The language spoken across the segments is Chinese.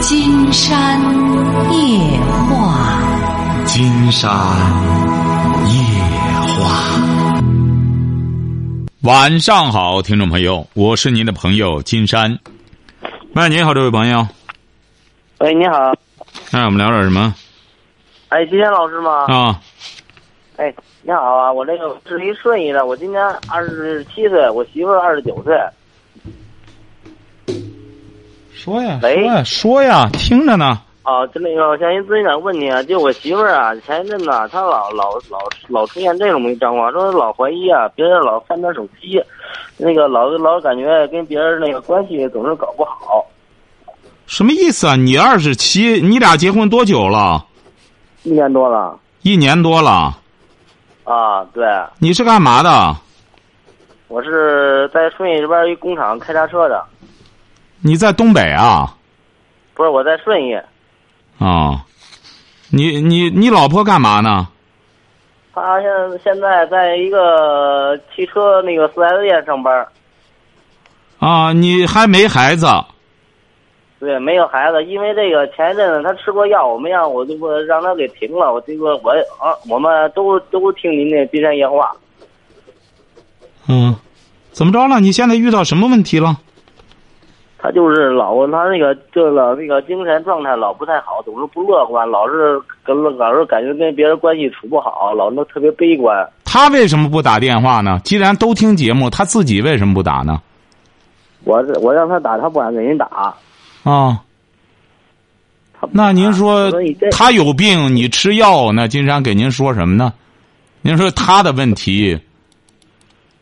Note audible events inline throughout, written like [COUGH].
金山夜话，金山夜话。晚上好，听众朋友，我是您的朋友金山。喂，你好，这位朋友。喂，你好，哎，我们聊点什么哎，金山老师吗？啊？哎，你好啊，我这个是一顺义的，我今年二十七岁，我媳妇儿二十九岁。说呀，喂说呀，说呀，听着呢。啊，就那个，我向您咨询点问题啊，就我媳妇儿啊，前一阵子啊她老老老老出现这种状况，说老怀疑啊，别人老翻她手机，那个老老感觉跟别人那个关系总是搞不好。什么意思啊？你二十七，你俩结婚多久了？一年多了一年多了。啊，对，你是干嘛的？我是在顺义这边一工厂开叉车的，你在东北啊？不是我在顺义，啊，你你你老婆干嘛呢？她现在现在在一个汽车那个四 S 店上班。啊，你还没孩子？对，没有孩子，因为这个前一阵子他吃过药，我没让我就不让他给停了。我这个我啊，我们都都听您的金山夜话。嗯，怎么着了？你现在遇到什么问题了？他就是老他那个就老那个精神状态老不太好，总是不乐观，老是跟老是感觉跟别人关系处不好，老是特别悲观。他为什么不打电话呢？既然都听节目，他自己为什么不打呢？我我让他打，他不敢给您打。啊，他不那您打说啊所以这他有病，你吃药呢？金山给您说什么呢？您说他的问题，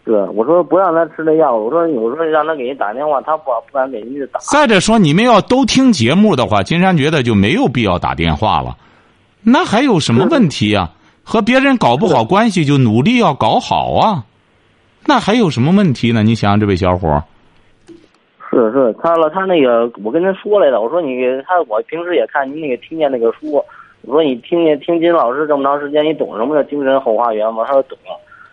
对我说不让他吃那药，我说我说让他给您打电话，他不不敢给您打。再者说你们要都听节目的话，金山觉得就没有必要打电话了。那还有什么问题啊？和别人搞不好关系，就努力要搞好啊。那还有什么问题呢？你想想，这位小伙儿是是，他了，他那个，我跟他说来的，我说你他，我平时也看您那个听见那个书，我说你听见听金老师这么长时间，你懂什么叫精神后花园吗？他说懂，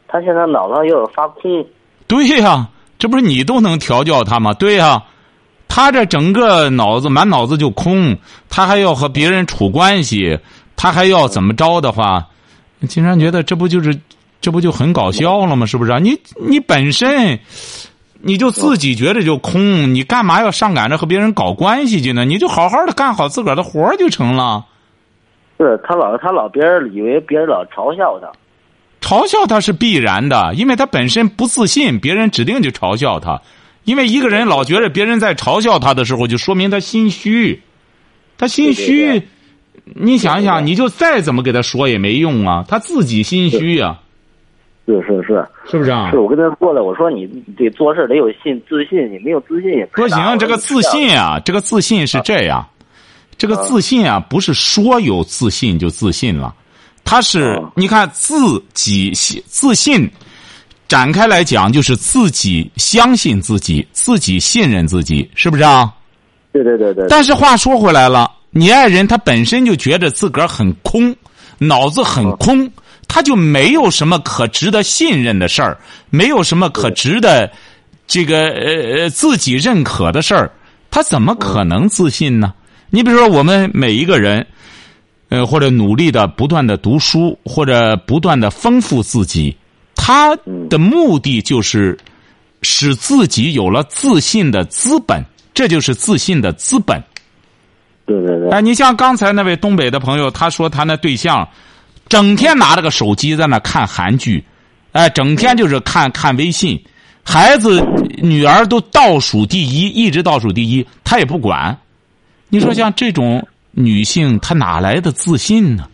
他现在脑子有点发空，对呀、这不是你都能调教他吗？对呀、他这整个脑子满脑子就空，他还要和别人处关系，他还要怎么着的话，金山觉得这不就是这不就很搞笑了吗？是不是啊？你你本身你就自己觉着就空，你干嘛要上赶着和别人搞关系去呢？你就好好的干好自个儿的活儿就成了。是他老他老别人以为别人老嘲笑他，嘲笑他是必然的，因为他本身不自信，别人指定就嘲笑他。因为一个人老觉着别人在嘲笑他的时候，就说明他心虚，他心虚。对对你想对对想，对你就再怎么给他说也没用啊，他自己心虚啊，是是是，是不是啊是？我跟他说的，我说你得做事得有信自信，你没有自信也不没法行，这个自，信啊，这个自信是这样，这个自信啊，不是说有自信就自信了，它是啊你看自己信自信，展开来讲就是自己相信自己，自己信任自己，是不是啊？对对对对，但是话说回来了，你爱人他本身就觉得自个儿很空，脑子很空，他就没有什么可值得信任的事儿，没有什么可值得这个呃呃自己认可的事儿，他怎么可能自信呢？你比如说，我们每一个人，呃，或者努力的不断的读书，或者不断的丰富自己，他的目的就是使自己有了自信的资本，这就是自信的资本。对对对，哎，你像刚才那位东北的朋友，他说他那对象，整天拿着个手机在那看韩剧，哎，整天就是看 [LAUGHS] 看微信，孩子女儿都倒数第一，一直倒数第一，他也不管。你说像这种女性，她哪来的自信呢？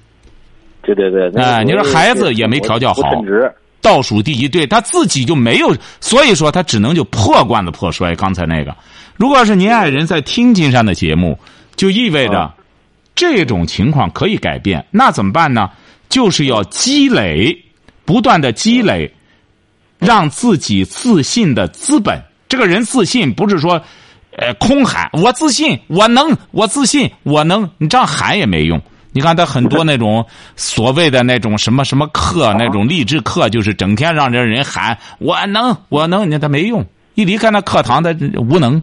对对对，哎你说孩子也没调教好不称职，倒数第一，对他自己就没有，所以说他只能就破罐子破摔。刚才那个，如果要是您爱人在听金山的节目，就意味着啊这种情况可以改变。那怎么办呢？就是要积累，不断的积累，让自己自信的资本。这个人自信不是说，呃，空喊我自信，我能，我自信，我能。你这样喊也没用。你看他很多那 [LAUGHS] 种所谓的那种什么什么课，那种励志课，就是整天让这人喊我能，我能，你看他没用。一离开那课堂，他无能。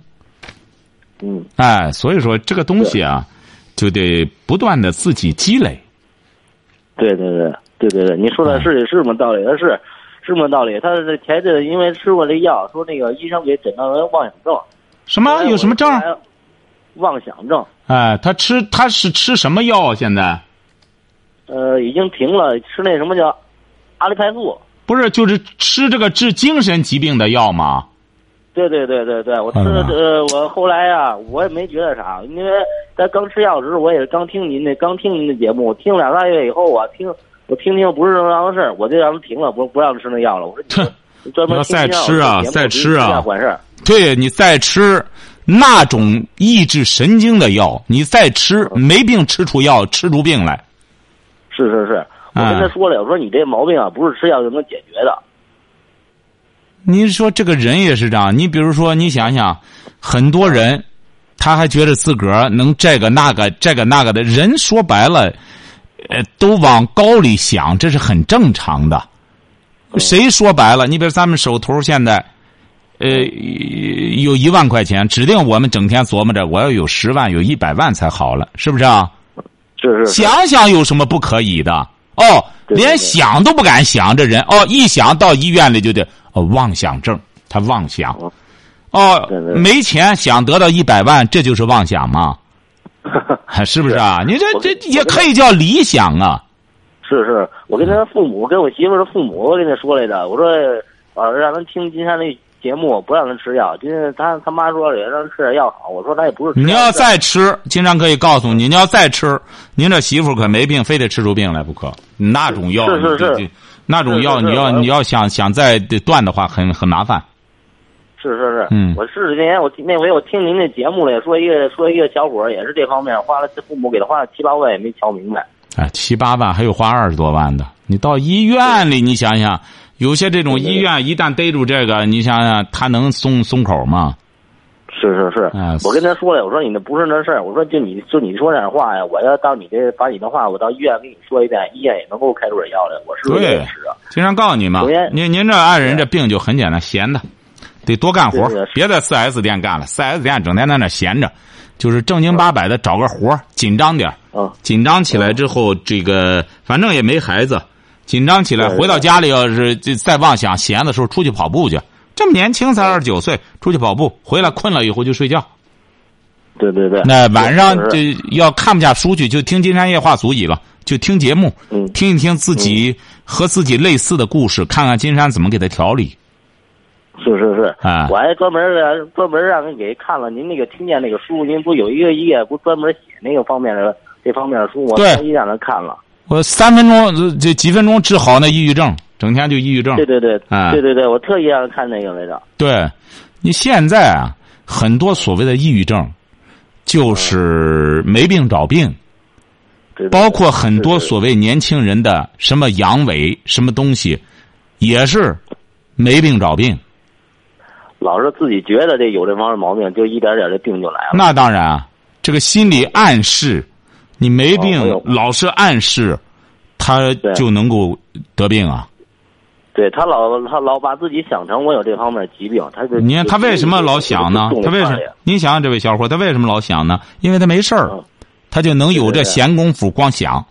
嗯，哎，所以说这个东西啊，就得不断的自己积累。对对对对对对，你说嗯的是是这么道理，他是是这么道理。他这前阵因为吃过这药，说那个医生给诊断为妄想症。什么有什么症？妄想症。哎，他吃他是吃什么药啊？现在呃，已经停了，吃那什么叫阿利派素。不是就是吃这个治精神疾病的药吗？对对对对对，我吃了呃，我后来啊，我也没觉得啥，因为在刚吃药的时候，我也是刚听您的，刚听您的节目，我听了两仨月以后，我听我听听不是那么当回事儿，我就让他停了，不不让他吃那药了。我说哼你专门要听再药吃啊节目再吃啊这样管事儿。对你再吃那种抑制神经的药，你再吃没病吃出药，吃出病来。是是是，我跟嗯他说了，我说你这毛病啊，不是吃药就能解决的。你说这个人也是这样，你比如说，你想想，很多人他还觉得自个儿能这个那个这个那个的人，说白了，呃，都往高里想，这是很正常的。谁说白了？你比如咱们手头现在，呃，有一万块钱，指定我们整天琢磨着，我要有十万，有一百万才好了，是不是啊？是是是，想想有什么不可以的？哦，对对连对想都不敢想，这人哦，一想到医院里就得哦妄想症，他妄想哦。哦对对，对没钱想得到一百万，这就是妄想 [LAUGHS] 吗？是不是啊？你这我这跟也可以叫理想啊。是是，我跟嗯他父母，跟我媳妇儿的父母，我跟他说来着，我说啊，让他听金山那节目，不让他吃药。今天他他妈说也让他吃点药好，我说他也不是吃药。你要再吃，经常可以告诉你，你要再吃，您这媳妇可没病，非得吃出病来不可。那种药，是是你这是这那种是药，是你要我你要想想再断的话，很很麻烦。是是是，嗯我是那天我那回我听您那节目了，说一个说一个小伙儿也是这方面，花了父母给他花了七八万也没瞧明白。哎，七八万还有花二十多万的，你到医院里，你想想，有些这种医院一旦逮住这个，你想想他能松松口吗？是是是，哎我跟他说了，我说你那不是那事儿，我说就你就你说点话呀，我要到你这把你的话我到医院跟你说一遍，医院也能给我开出点药来，我是不是对也吃啊？经常告诉你嘛首先，您您这爱人这病就很简单，闲的，得多干活是是，别在四 S 店干了，四 S 店整天在那闲着，就是正经八百的找个活儿，紧张点儿嗯紧张起来之后，这个反正也没孩子，紧张起来，对回到家里要是这再妄想闲的时候出去跑步去，这么年轻才二十九岁，出去跑步回来困了以后就睡觉。对对对，那晚上是就是要看不下书去，就听《金山夜话》足矣了，就听节目，嗯听一听自己和自己类似的故事，看看金山怎么给他调理。是是是，啊我还专门儿专门儿让人给看了您那个听见那个书，您不有一个页不专门儿写那个方面的这方面的书，我对特意让他看了。我三分钟这这几分钟治好那抑郁症，整天就抑郁症对。对对，啊对对对，我特意让他看那个来着。对，你现在啊，很多所谓的抑郁症，就是没病找病，对对包括很多是是所谓年轻人的什么阳痿什么东西，也是没病找病。老是自己觉得这有这方面毛病，就一点点的病就来了。那当然啊，这个心理暗示，你没病，哦我有老是暗示，他对就能够得病啊。对他老他老把自己想成我有这方面疾病，他就你看他为什么老想呢？他为什么？你想想这位小伙，他为什么老想呢？因为他没事儿嗯，他就能有这对对对闲工夫光想。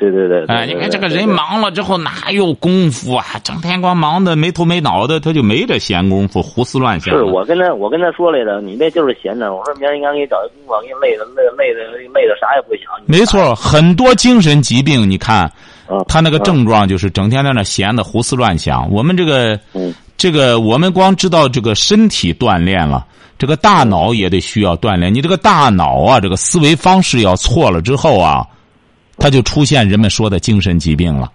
对对对，对哎，你看这个人，对对对忙了之后哪有功夫啊？整天光忙的没头没脑的，他就没这闲工夫胡思乱想了。是我跟他我跟他说来着，你那就是闲着。我说明儿应该给你找一工作，给你累的累累的累的啥也不想。没错，很多精神疾病，你看嗯，他那个症状就是整天在那闲的胡思乱想。我们这个嗯，这个我们光知道这个身体锻炼了，这个大脑也得需要锻炼。你这个大脑啊，这个思维方式要错了之后啊，它就出现人们说的精神疾病了。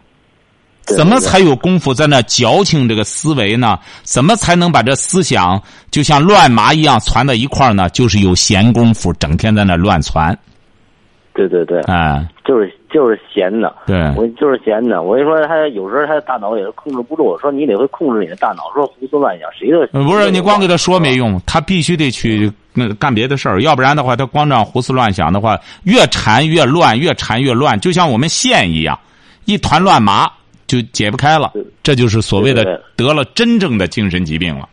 对怎么对对才有功夫在那矫情这个思维呢？怎么才能把这思想就像乱麻一样攒到一块儿呢？就是有闲工夫，整天在那乱攒，对对对，哎，就是就是闲的。对。啊我就是闲的，我一说他有时候他的大脑也是控制不住，我说你得会控制你的大脑，说胡思乱想，谁都呃不是你光给他说没用，他必须得去那个干别的事儿，要不然的话，他光这样胡思乱想的话，越缠越乱，越缠越乱，就像我们线一样，一团乱麻就解不开了对。这就是所谓对的对得了真正的精神疾病了。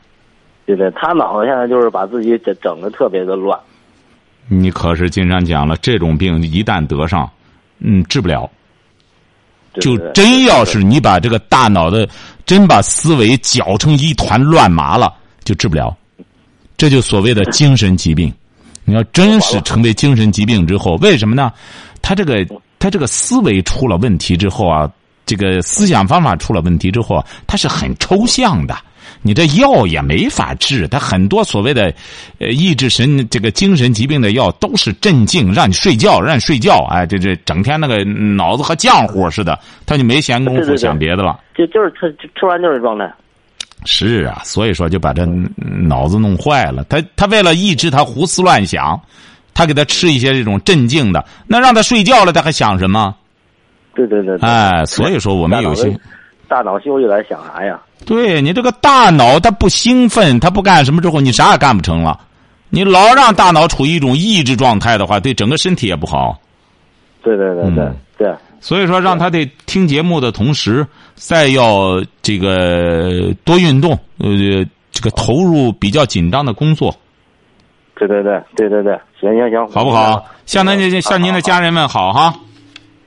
对对，他脑子现在就是把自己整整的特别的乱，你可是经常讲了，这种病一旦得上，嗯，治不了。对就对对真要是你把这个大脑的，真把思维搅成一团乱麻了，就治不了。这就所谓的精神疾病。你要真是成为精神疾病之后，为什么呢？他这个他这个思维出了问题之后啊，这个思想方法出了问题之后啊，它是很抽象的。你这药也没法治，它很多所谓的，呃，抑制神这个精神疾病的药都是镇静，让你睡觉，让你睡觉，哎，这这整天那个脑子和浆糊似的，他就没闲工对对夫对想别的了。就就是他就突然就是这状态，是啊，所以说就把这嗯脑子弄坏了。他他为了抑制他胡思乱想，他给他吃一些这种镇静的，那让他睡觉了，他还想什么？对对对，对哎，所以说我们有些。大脑休息来想啥呀？对你这个大脑，它不兴奋，它不干什么之后，你啥也干不成了。你老让大脑处于一种抑制状态的话，对整个身体也不好。对对对对嗯对，所以说，让他得听节目的同时，再要这个多运动，呃，这个投入比较紧张的工作，对对对对对对，行行行，好不好？向您的向您的家人们好哈，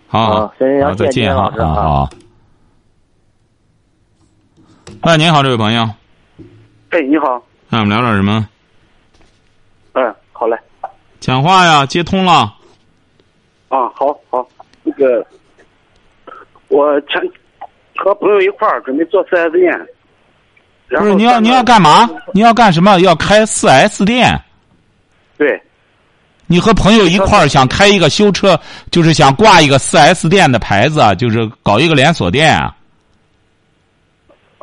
好好，行行行好，再谢谢见哈，金老师好啊好。哎，您好，这位朋友，哎，你好，那我们聊点什么？嗯，好嘞，讲话呀，接通了。啊，好好，那个，我前和朋友一块儿准备做四 S 店，然不后是你要咱们你要干嘛？你要干什么？要开四 S 店？对你和朋友一块儿想开一个修车，就是想挂一个四 S 店的牌子啊，就是搞一个连锁店啊。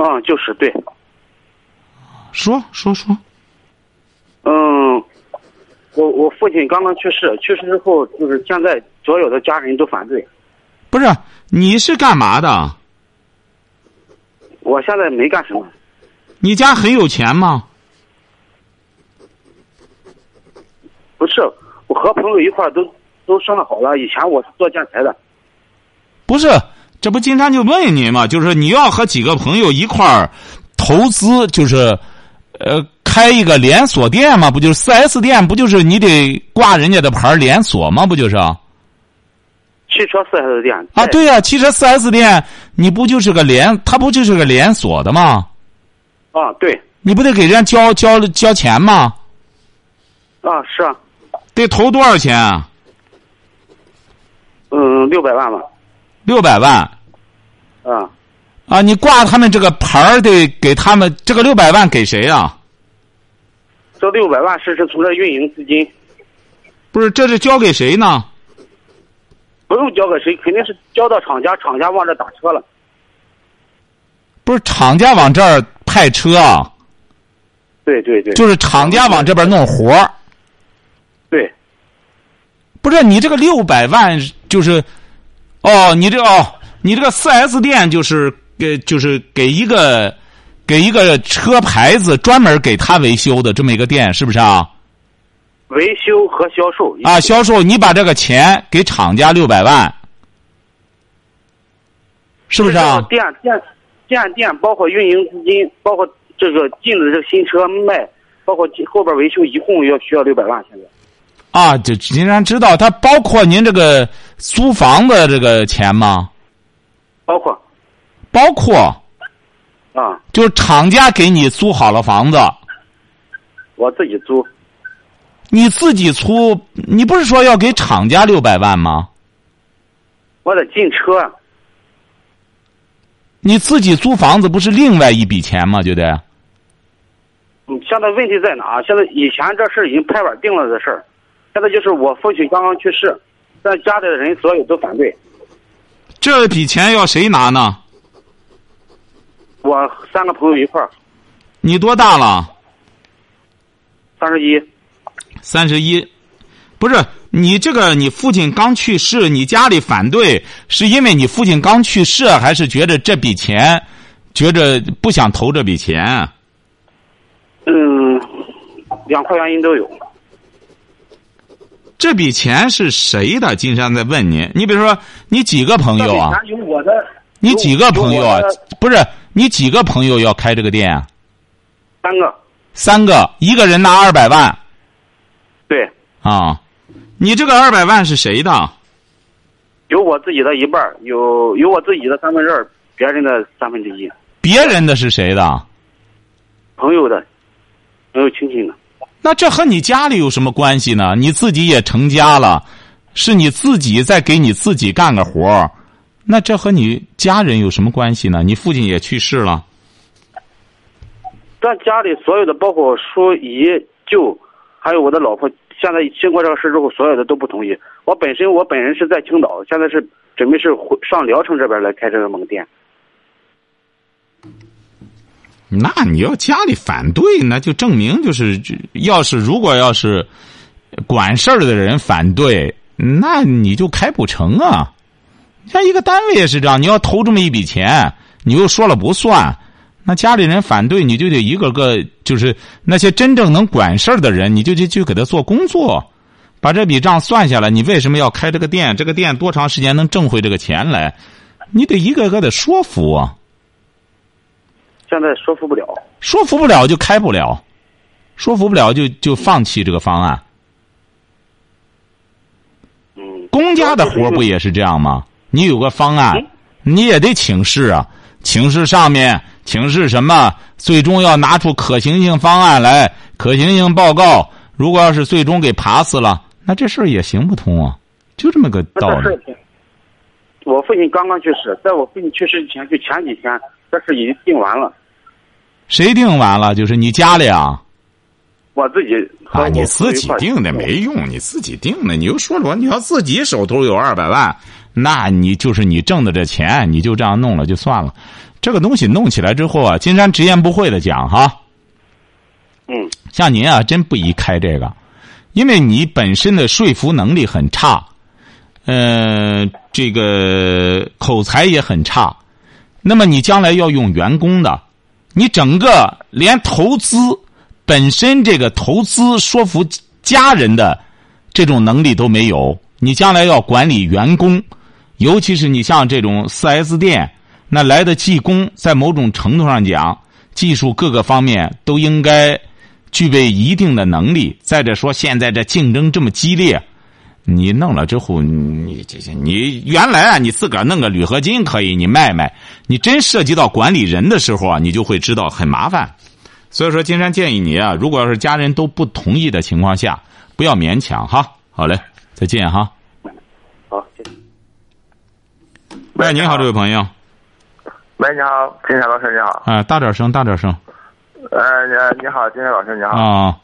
嗯，就是对，说说说，嗯，我我父亲刚刚去世，去世之后就是现在所有的家人都反对，不是你是干嘛的？我现在没干什么，你家很有钱吗？不是，我和朋友一块儿都都商量好了，以前我是做建材的，不是，这不经常就问你嘛，就是你要和几个朋友一块儿投资，就是呃开一个连锁店嘛，不就是四 S 店？不就是你得挂人家的牌儿连锁吗？不就是？汽车四 S 店啊，，对呀、汽车四 S 店，你不就是个连，它不就是个连锁的吗？啊对，你不得给人家交交交钱吗？啊是啊，得投多少钱啊？嗯，六百万吧，六百万啊，啊！你挂他们这个牌儿，得给他们这个六百万给谁啊？这六百万是是从这运营资金。不是，这是交给谁呢？不用交给谁，肯定是交到厂家，厂家往这打车了。不是厂家往这儿派车啊，对对对，就是厂家往这边弄活儿。对不是你这个六百万就是，哦，你这哦，你这个四 S 店就是给就是给一个给一个车牌子专门给他维修的这么一个店，是不是啊？维修和销售啊，销售，你把这个钱给厂家六百万，是不是啊？店店店店包括运营资金，包括这个进的这个新车卖，包括进后边维修，一共要需要六百万。现在啊，就您然知道，它包括您这个租房的这个钱吗？包括包括，啊，就是厂家给你租好了房子，我自己租，你自己租，你不是说要给厂家六百万吗？我得进车，你自己租房子不是另外一笔钱吗？就得，嗯，现在问题在哪？现在以前这事儿已经拍板定了的事儿，现在就是我父亲刚刚去世，但家里的人所有都反对，这笔钱要谁拿呢？我三个朋友一块儿，你多大了？三十一，三十一，不是你这个，你父亲刚去世，你家里反对，是因为你父亲刚去世，还是觉着这笔钱，觉着不想投这笔钱？嗯，两块原因都有。这笔钱是谁的？金山在问你，你比如说，你几个朋友啊？这笔钱有我的，你几个朋友啊有我的？不是你几个朋友要开这个店啊？三个，三个，一个人拿二百万对，啊？你这个二百万是谁的？有我自己的一半儿，有有我自己的三分之二，别人的三分之一，别人的是谁的？朋友的，朋友亲戚的。那这和你家里有什么关系呢？你自己也成家了，是你自己在给你自己干个活儿，那这和你家人有什么关系呢？你父亲也去世了，但家里所有的，包括叔姨舅，还有我的老婆，现在经过这个事之后，所有的都不同意。我本身我本人是在青岛，现在是准备是回上聊城这边来开这个门店。那你要家里反对，那就证明就是要是如果要是管事儿的人反对，那你就开不成啊。像一个单位也是这样，你要投这么一笔钱，你又说了不算，那家里人反对，你就得一个个就是那些真正能管事儿的人，你就去去给他做工作，把这笔账算下来，你为什么要开这个店？这个店多长时间能挣回这个钱来？你得一个个的说服啊。现在说服不了，说服不了就开不了，说服不了就就放弃这个方案。嗯，公家的活儿不也是这样吗？你有个方案嗯，你也得请示啊，请示上面，请示什么？最终要拿出可行性方案来，可行性报告。如果要是最终给 pass 了，那这事儿也行不通啊，就这么个道那这理。事情，我父亲刚刚去世，在我父亲去世之前，就前几天，这事已经定完了。谁定完了？就是你家里啊我自己和啊，我你自己定的父亲一块儿没用，你自己定的。你就说说，你要自己手头有二百万，那你就是你挣的这钱，你就这样弄了就算了。这个东西弄起来之后啊，金山直言不讳的讲哈、嗯，像您啊，真不宜开这个，因为你本身的说服能力很差，呃，这个口才也很差，那么你将来要用员工的，你整个连投资本身这个投资说服家人的这种能力都没有，你将来要管理员工，尤其是你像这种四 S 店，那来的技工，在某种程度上讲，技术各个方面都应该具备一定的能力。再者说，现在这竞争这么激烈，你弄了之后，你这些你原来啊，你自个儿弄个铝合金可以，你卖卖。你真涉及到管理人的时候啊，你就会知道很麻烦。所以说，金山建议你啊，如果要是家人都不同意的情况下，不要勉强哈。好嘞，再见哈。好，谢谢喂，您好，这位朋友喂，你好，金山老师，你好。啊、大点声，大点声呃，你你好，金山老师，你好。啊。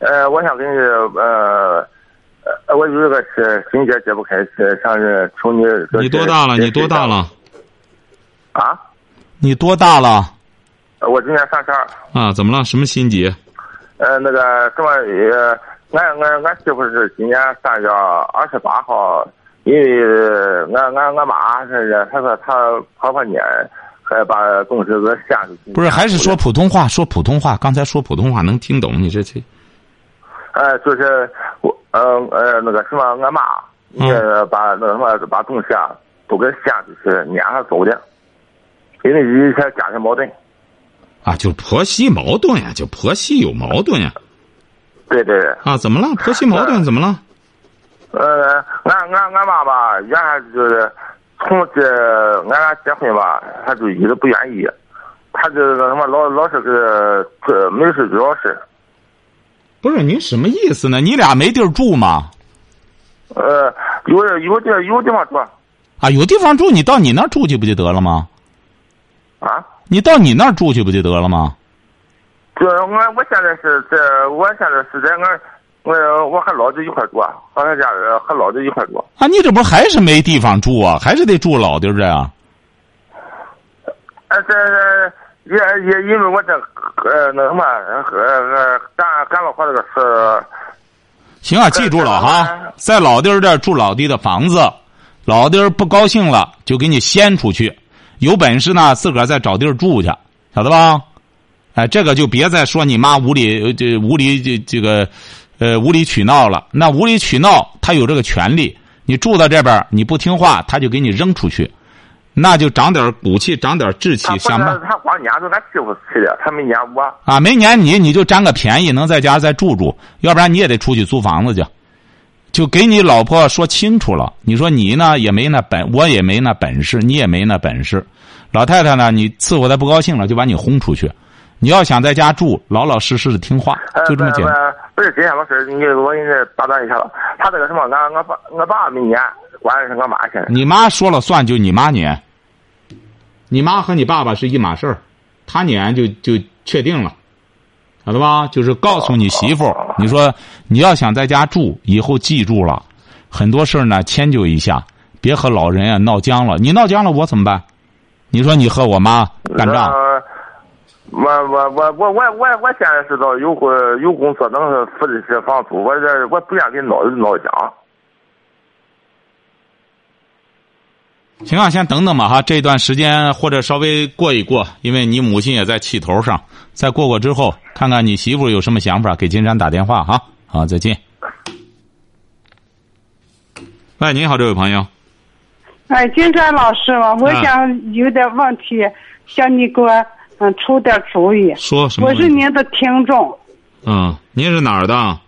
呃，我想跟你呃，呃，我有一个是心结解不开，是想是求你。你多大了？你多大？了？啊，呃你多大了？我今年三十二。啊，怎么了？什么心结？呃，那个什么，呃，俺俺俺媳妇是今年三月二十八号，因为俺俺俺妈是她说她婆婆年，还把公司给限制。不是，还是说普通话？说普通话。刚才说普通话能听懂，你这这呃，就是我呃呃那个什么，俺妈也把那个什么把东西啊都给献出去，撵上走的，因为一些家庭矛盾。啊，就婆媳矛盾呀，就婆媳有矛盾呀。对对，啊，怎么了？婆媳矛盾怎么了？呃，俺俺俺妈吧，原来就是从这俺俩结婚吧，她就一直不愿意，她就是那什么老老是给这没事就找事。不是您什么意思呢？你俩没地儿住吗？呃，有的有的有地方住啊，有地方住，你到你那儿住去不就得了吗？啊。你到你那儿住去不就得了吗？这我我现在是在，我现在是在俺我我和老子一块住，和他家人和老子一块住。啊，你这不还是没地方住啊？还是得住老地儿这啊？哎，这这也也因为我这呃那什么呃干干了活这个事，行啊，记住了哈，在老弟儿这儿住老弟的房子，老弟儿不高兴了就给你掀出去，有本事呢自个儿再找地儿住去，晓得吧？哎，这个就别再说你妈无理呃这无理这这个，呃无理取闹了。那无理取闹，他有这个权利。你住到这边儿你不听话，他就给你扔出去，那就长点儿骨气，长点儿志气他，不想办是他光撵着俺媳妇去的，他没撵我。啊，没撵你，你就占个便宜，能在家再住住，要不然你也得出去租房子去。就给你老婆说清楚了。你说你呢也没那本，我也没那本事，你也没那本事。老太太呢，你伺候她不高兴了，就把你轰出去。你要想在家住，老老实实的听话，就这么简单。呃不是不是不是这样老师，你我给你打断一下吧。他那个什么，俺俺爸俺爸没撵，完了是俺妈去。你妈说了算，就你妈撵。你妈和你爸爸是一码事儿，他撵就就确定了，晓得吧？就是告诉你媳妇儿，你说你要想在家住，以后记住了，很多事儿呢迁就一下，别和老人啊闹僵了。你闹僵了，我怎么办？你说你和我妈干仗，呃我我我我我我我现在知道有工有工作能付得起房租，我这我不愿给闹闹僵。行啊，先等等吧哈，这段时间或者稍微过一过，因为你母亲也在气头上，再过过之后，看看你媳妇儿有什么想法，给金山打电话哈。好，再见。喂，你好，这位朋友。哎，金山老师嘛，我嗯想有点问题，想你给我嗯出点主意。说什么我问题？是您的听众，嗯，您是哪儿的？啊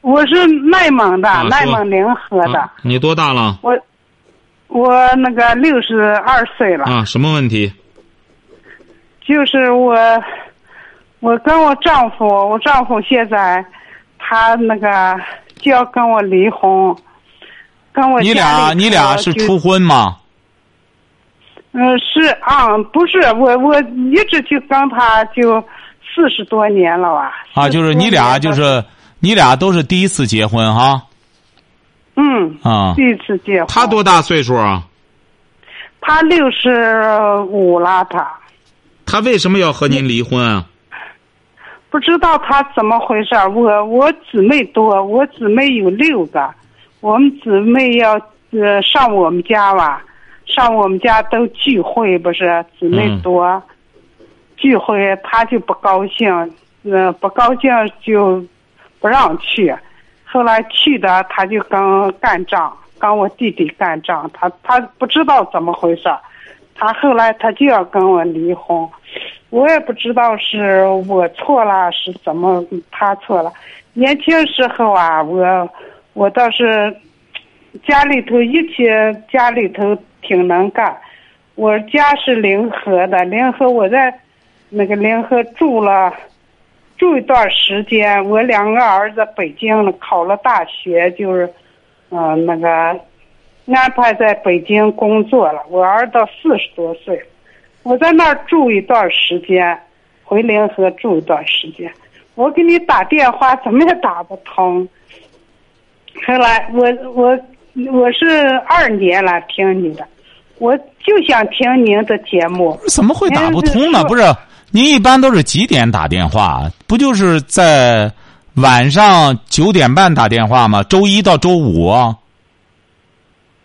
我是内蒙的，啊内说啊蒙临河的，你多大了？我我那个六十二岁了，啊，什么问题？就是我我跟我丈夫，我丈夫现在他那个就要跟我离婚，跟我你家俩里你俩头是就初婚吗？嗯，是啊，不是我，我一直就跟他就四十多年了吧。啊，就是你俩40多就年了是你俩都是第一次结婚哈嗯，啊。第一次结婚。他多大岁数啊？他六十五了，他他为什么要和您离婚啊？不知道他怎么回事儿。我我姊妹多，我姊妹有六个，我们姊妹要呃上我们家吧，上我们家都聚会，不是姊妹嗯多，聚会他就不高兴，呃不高兴就不让去。后来去的他就跟干仗，跟我弟弟干仗，他他不知道怎么回事儿，他后来他就要跟我离婚，我也不知道是我错了是怎么他错了。年轻时候啊，我我倒是家里头一起家里头挺能干，我家是临河的，临河我在那个临河住了。住一段时间，我两个儿子北京了，考了大学，就是，嗯、那个安排在北京工作了。我儿子四十多岁，我在那儿住一段时间，回临河住一段时间。我给你打电话怎么也打不通。后来我我我是二年了听你的，我就想听您的节目。怎么会打不通呢？哎不是，您一般都是几点打电话？不就是在晚上九点半打电话吗？周一到周五啊。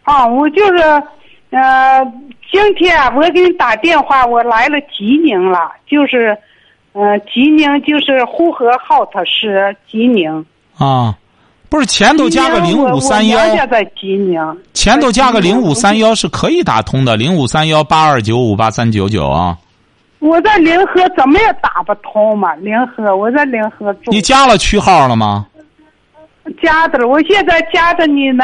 啊，我就是，呃，今天啊我给你打电话，我来了济宁了，就是，呃，济宁就是呼和浩特市济宁。啊，不是前头加个零济宁我五三幺我，娘家在济宁。前头加个济宁零五三幺是可以打通的，零五三幺八二九五八三九九啊。我在临河怎么也打不通嘛，临河我在临河住。你加了区号了吗？加的了，我现在加的你呢，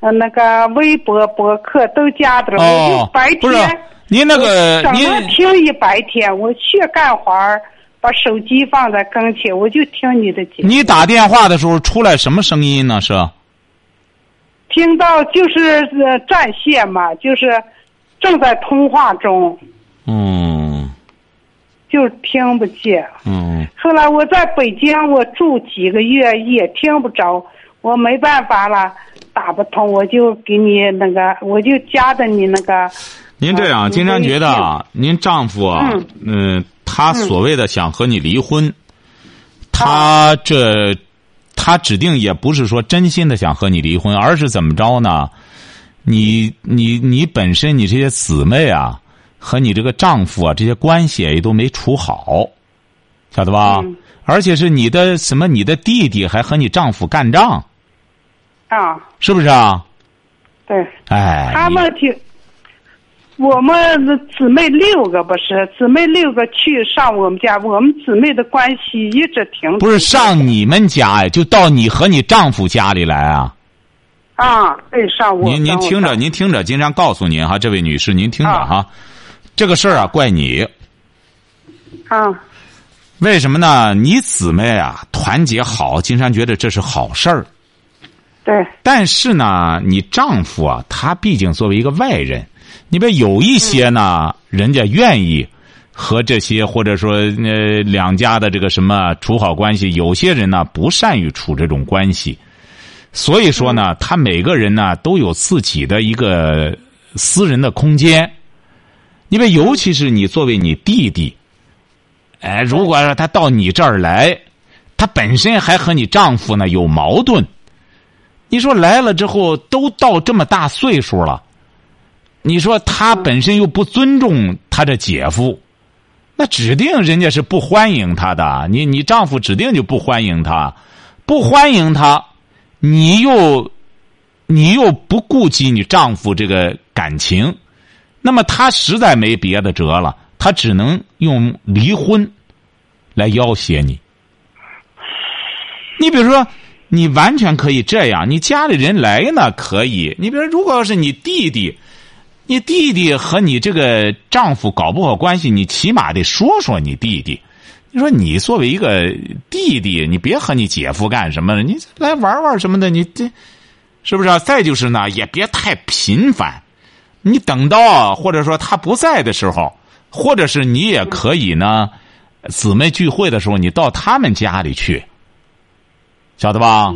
呃，那个微博、博客都加的了，我哦就白，天。不是，您那个怎您么听一白天？我去干活儿，把手机放在跟前，我就听你的节目。你打电话的时候出来什么声音呢？是听到就是呃占线嘛，就是正在通话中，嗯就是听不见。嗯后来我在北京，我住几个月也听不着，我没办法了，打不通，我就给你那个，我就加的你那个，您这样，啊金山觉得啊，您丈夫啊，嗯、他所谓的想和你离嗯婚，他这他指定也不是说真心的想和你离婚，而是怎么着呢？你你你本身你这些姊妹啊，和你这个丈夫啊，这些关系也都没处好，晓得吧？嗯而且是你的什么，你的弟弟还和你丈夫干仗，啊，是不是啊？对。哎，他你们挺，我们姊妹六个不是，姊妹六个去上我们家，我们姊妹的关系一直挺不是上你们家呀，就到你和你丈夫家里来啊？啊，对，上午。您您上午听着，上您听着，金山告诉您哈，这位女士，您听着啊哈，这个事儿啊，怪你。啊，为什么呢？你姊妹啊，团结好，金山觉得这是好事儿。对，但是呢，你丈夫啊，他毕竟作为一个外人，你别有一些呢，人家愿意和这些或者说呃两家的这个什么处好关系，有些人呢不善于处这种关系，所以说呢，他每个人呢都有自己的一个私人的空间，因为尤其是你作为你弟弟，哎，如果说他到你这儿来，他本身还和你丈夫呢有矛盾。你说来了之后都到这么大岁数了，你说他本身又不尊重他这姐夫，那指定人家是不欢迎他的。你你丈夫指定就不欢迎他，不欢迎他，你又你又不顾及你丈夫这个感情，那么他实在没别的辙了，他只能用离婚来要挟你。你比如说，你完全可以这样，你家里人来呢可以。你比如，如果要是你弟弟，你弟弟和你这个丈夫搞不好关系，你起码得说说你弟弟。你说你作为一个弟弟，你别和你姐夫干什么了，你来玩玩什么的，你这是不是、啊？再就是呢，也别太频繁。你等到或者说他不在的时候，或者是你也可以呢，姊妹聚会的时候，你到他们家里去，晓得吧？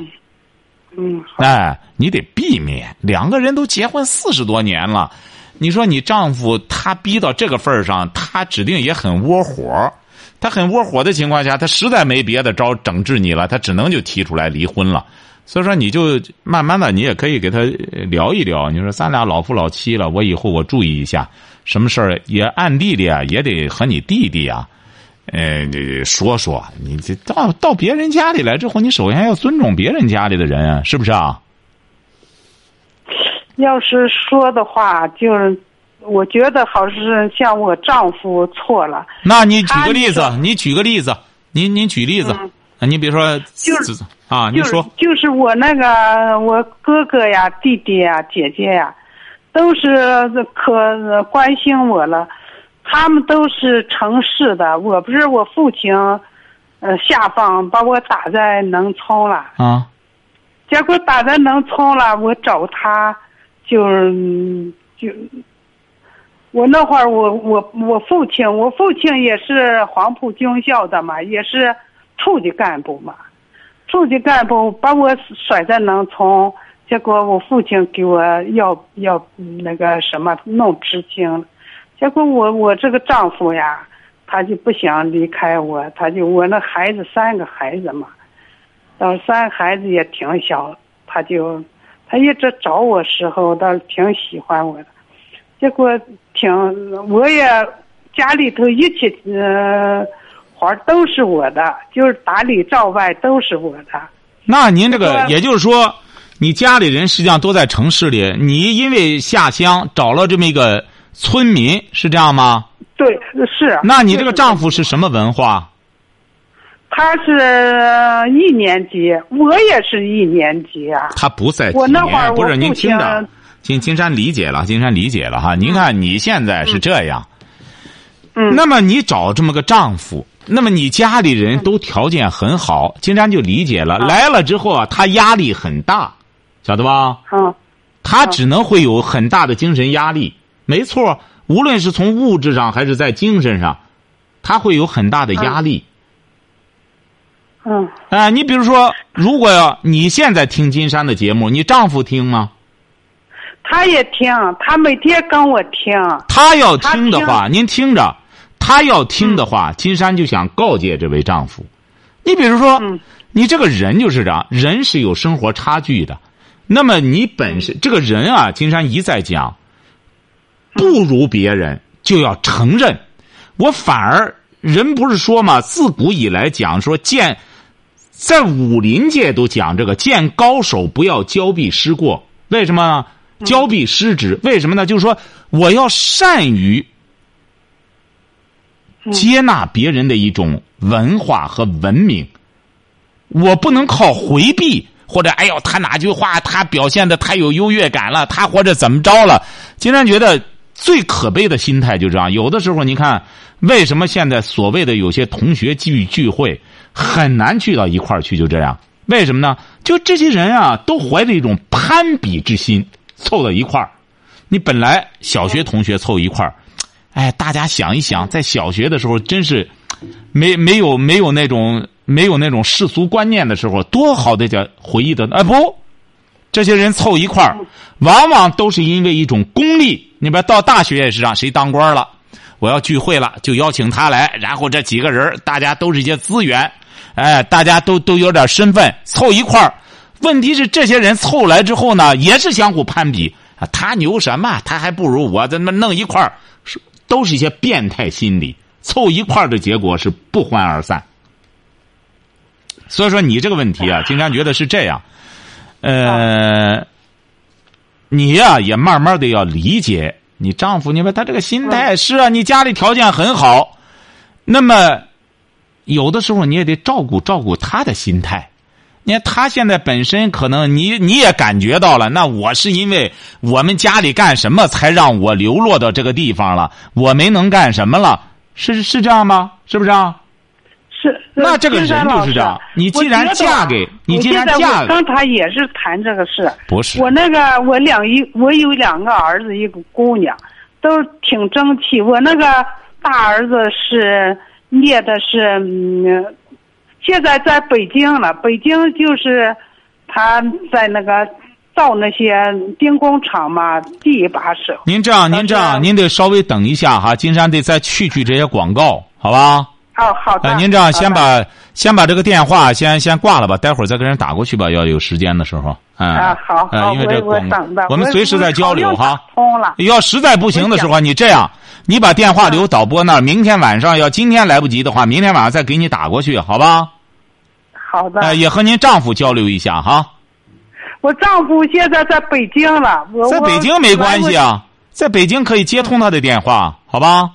嗯，好哎，你得避免。两个人都结婚四十多年了，你说你丈夫他逼到这个份儿上，他指定也很窝火。他很窝火的情况下，他实在没别的招整治你了，他只能就提出来离婚了。所以说，你就慢慢的，你也可以给他呃聊一聊。你说咱俩老夫老妻了，我以后我注意一下，什么事儿也暗地里啊，也得和你弟弟啊，呃，你说说。你这到到别人家里来之后，你首先要尊重别人家里的人啊，是不是啊？要是说的话，就是我觉得好是像我丈夫错了，那你举他个例你子说，你举个例子，您您举例子嗯，啊您比如说，就是啊，您就是说，就是我那个我哥哥呀、弟弟呀、姐姐呀，都是可关心我了。他们都是城市的，我不是我父亲，呃，下放把我打在农村了。啊，结果打在农村了，我找他，就是就，我那会儿我我我父亲，我父亲也是黄埔军校的嘛，也是处级干部嘛，处级干部把我甩在农村，结果我父亲给我要要那个什么弄知青了，结果我我这个丈夫呀，他就不想离开我，他就我那孩子三个孩子嘛。到三孩子也挺小，他就他一直找我时候，倒是挺喜欢我的。结果挺我也家里头一切呃活儿都是我的，就是打理照外都是我的。那您这个对也就是说，你家里人实际上都在城市里，你因为下乡找了这么一个村民，是这样吗？对，是。那你这个就是丈夫是什么文化？他是一年级，我也是一年级啊。他不在我体那会面儿不我是您父听亲着，金金山理解了，金山理解了哈。您看你现在是这样，嗯那么你找这么个丈夫，那么你家里人都条件很好，金山就理解了。嗯来了之后啊，他压力很大，晓得吧？嗯他只能会有很大的精神压力。没错，无论是从物质上还是在精神上，他会有很大的压力。嗯，啊、你比如说，如果要你现在听金山的节目，你丈夫听吗？他也听，他每天跟我听。他要听嗯的话，您听着，他要听的话，金山就想告诫这位丈夫。你比如说，嗯你这个人就是这样，人是有生活差距的。那么你本身这个人啊，金山一再讲，不如别人就要承认。我反而人不是说嘛，自古以来讲说见，在武林界都讲这个见高手不要交臂失过，为什么呢？交臂失之，为什么呢？就是说我要善于接纳别人的一种文化和文明，我不能靠回避或者哎呦他哪句话他表现的太有优越感了，他或者怎么着了，经常觉得最可悲的心态就这样。有的时候你看，为什么现在所谓的有些同学聚聚会很难聚到一块儿去，就这样？为什么呢？就这些人啊，都怀着一种攀比之心凑到一块儿。你本来小学同学凑一块儿，哎，大家想一想，在小学的时候真是没没有没有那种没有那种世俗观念的时候，多好的叫回忆的哎不，这些人凑一块儿，往往都是因为一种功利。你比如到大学也是啊，谁当官了，我要聚会了，就邀请他来，然后这几个人大家都是一些资源，哎，大家都都有点身份，凑一块儿。问题是这些人凑来之后呢，也是相互攀比啊，他牛什么？他还不如我，咱们弄一块儿，是都是一些变态心理，凑一块儿的结果是不欢而散。所以说你这个问题啊，金山觉得是这样，呃，你呀、也慢慢的要理解你丈夫，你说他这个心态是啊，你家里条件很好，那么有的时候你也得照顾照顾他的心态。你看他现在本身可能你你也感觉到了，那我是因为我们家里干什么才让我流落到这个地方了，我没能干什么了，是是这样吗？是不是啊？是，呃那这个金山人就老是师这样你既我然觉得嫁给啊你我既现然在嫁我刚才也是谈这个事，不是我那个我两一我有两个儿子一个姑娘，都挺争气。我那个大儿子是念的是，嗯，现在在北京了。北京就是他在那个造那些兵工厂嘛，第一把手。您这样，您这但是样，您得稍微等一下哈，金山得再去去这些广告，好吧？哦，好的。呃，您这样好的先把先把这个电话先先挂了吧，待会儿再给人打过去吧，要有时间的时候。嗯、啊，好，呃，好，因为这我我广等着，我们随时在交流我我好哈像。通了。要实在不行的时候，你这样，你把电话留导播那儿，明天晚上要今天来不及的话，明天晚上再给你打过去，好吧？好的，呃，也和您丈夫交流一下哈，我丈夫现在在北京了，我在北京没关系。啊，在北京可以接通他的电话，好吧？我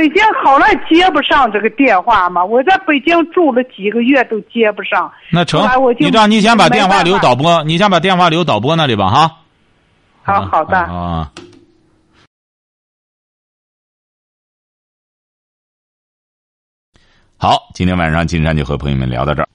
北京好赖接不上这个电话嘛，我在北京住了几个月都接不上。那成后来我，就你这样，你先把电话留没办法导播，你先把电话留导播那里吧，哈。好好的，啊。好，今天晚上金山就和朋友们聊到这儿。